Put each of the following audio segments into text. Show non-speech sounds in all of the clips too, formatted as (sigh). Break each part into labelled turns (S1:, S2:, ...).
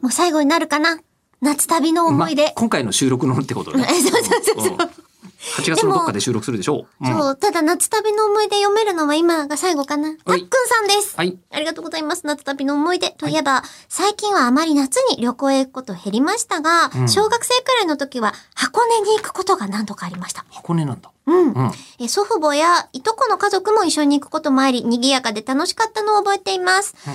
S1: もう最後になるかな夏旅の思い出。
S2: まあ今回の収録のってこと
S1: (laughs)
S2: ね
S1: そうそうそうそうん
S2: 8月のどっかで収録するでしょう、うん
S1: そう、ただ夏旅の思い出読めるのは今が最後かな。たっくんさんです。
S2: はい
S1: ありがとうございます。夏旅の思い出。といえば、最近はあまり夏に旅行へ行くこと減りましたが、
S2: うん
S1: 小学生くらいの時は箱根に行くことが何度かありました。
S2: 箱根なんだ
S1: うん。
S2: うん
S1: え祖父母やいとこの家族も一緒に行くこともあり、賑やかで楽しかったのを覚えています。
S2: うん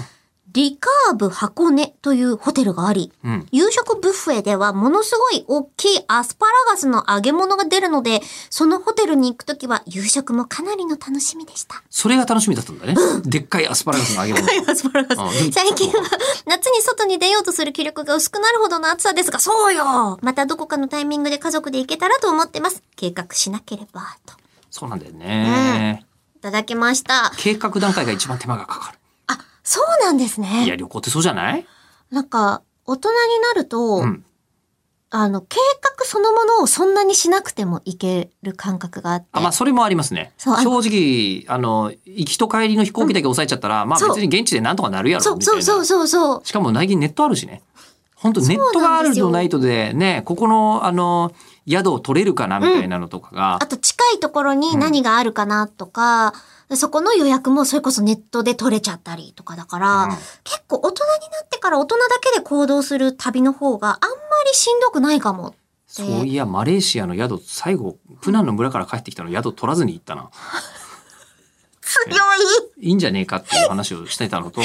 S1: リカーブ箱根というホテルがあり、
S2: うん
S1: 夕食ブッフェではものすごい大きいアスパラガスの揚げ物が出るので、そのホテルに行くときは夕食もかなりの楽しみでした。
S2: それが楽しみだったんだね、でっかいアスパラガスの揚げ
S1: (laughs)
S2: 物
S1: アスパラガ
S2: あ
S1: ス。 (laughs) 最近は夏に外に出ようとする気力が薄くなるほどの暑さですが、そうよまたどこかのタイミングで家族で行けたらと思ってます。計画しなければ、と。
S2: そうなんだよね、
S1: いただきました。
S2: 計画段階が一番手間がかか
S1: あ、そうなんです
S2: るい
S1: ね。
S2: や旅行ってそうじゃない、
S1: なんか、大人になると、
S2: うん、
S1: あの、計画そのものをそんなにしなくてもいける感覚があって。
S2: あまあそれもありますね
S1: そうあ
S2: 正直あの行きと帰りの飛行機だけ抑えちゃったら、まあ
S1: そう
S2: 別に現地でなんとかなるやろ
S1: そ
S2: み
S1: う
S2: たい
S1: そ
S2: な
S1: うそうそうそう。
S2: しかも内銀ネットあるしね。本当ネットがあるとないとでね、ここの、あの、宿を取れるかなみたいなのとかが、
S1: あと近いところに何があるかなとか、そこの予約もそれこそネットで取れちゃったりとかだから、
S2: うん
S1: 結構大人になってから大人だけで行動する旅の方があんまりしんどくないかも。
S2: そういや、マレーシアの宿、最後、プナンの村から帰ってきたの宿取らずに行ったな。
S1: 強い
S2: いいんじゃねえかっていう話をしてた
S1: (laughs)
S2: のと、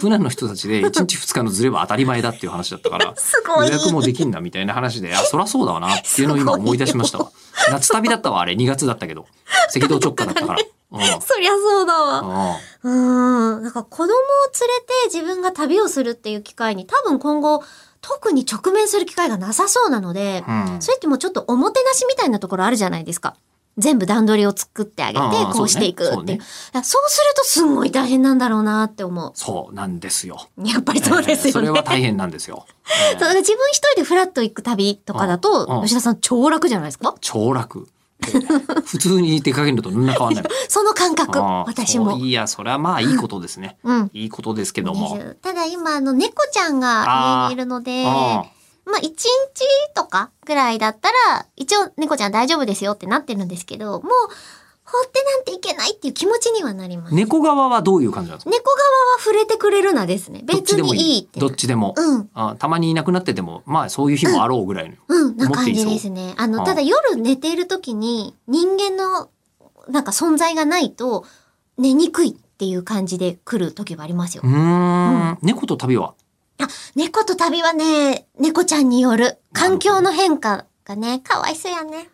S2: プナンの人たちで1日2日のズレは当たり前だっていう話だっ
S1: (laughs)
S2: たから、
S1: す
S2: 予
S1: ごい
S2: 約もできんなみたいな話で、あ、そらそうだわなっていうのを今思い出しましたわ。夏旅だったわ、あれ。2月だったけど。赤道直下だったから。うん
S1: (laughs) そりゃそうだわ。
S2: うん
S1: うーん。なんか子供を連れて自分が旅をするっていう機会に多分今後特に直面する機会がなさそうなので、
S2: うん
S1: それってもうちょっとおもてなしみたいなところあるじゃないですか。全部段取りを作ってあげて
S2: ああ、
S1: こうしていくってい。
S2: そうう
S1: だ
S2: ねそうね
S1: からそうするとすんごい大変なんだろうなって思
S2: そうなんですよ。
S1: う。やっぱりそうです
S2: えーそ
S1: よね。
S2: れは大変なんですよ。え
S1: (laughs) そ
S2: ー
S1: うだから自分一人でフラッと行く旅とかだ
S2: うんう
S1: と、
S2: ん
S1: 吉田さん超楽じゃないですか (laughs)
S2: 超楽。えー普通に出かけるのと何ら変わらない。
S1: その感覚、
S2: あー
S1: 私
S2: そう
S1: も。
S2: いや、それはまあいいことですね。
S1: うん。
S2: いいことですけども。
S1: ただ今、あの、猫ちゃんが家にいるので、
S2: あ
S1: まあ、1日とかぐらいだったら、一応猫ちゃん大丈夫ですよってなってるんですけど、もう、放ってなんていけないっていう気持ちにはなりま
S2: ー
S1: す。
S2: 猫側はどういう感じなんですか
S1: 猫側は触れてくれるなですね。
S2: どっ
S1: 別
S2: ちでも
S1: にいいってな
S2: どっちでも。
S1: うん。
S2: あーたまにいなくなってても、まあそういう日もあろうぐらいの。
S1: うん、な
S2: 思っ
S1: 感
S2: ていい
S1: じ
S2: そう
S1: ですね。あ
S2: あ
S1: の、
S2: あ
S1: ただ夜寝ている時に人間のなんか存在がないと寝にくいっていう感じで来る時はありますよ
S2: う。ーん。猫と旅は
S1: あ、猫と旅はね、猫ちゃんによる環境の変化がね、かわいそうやね。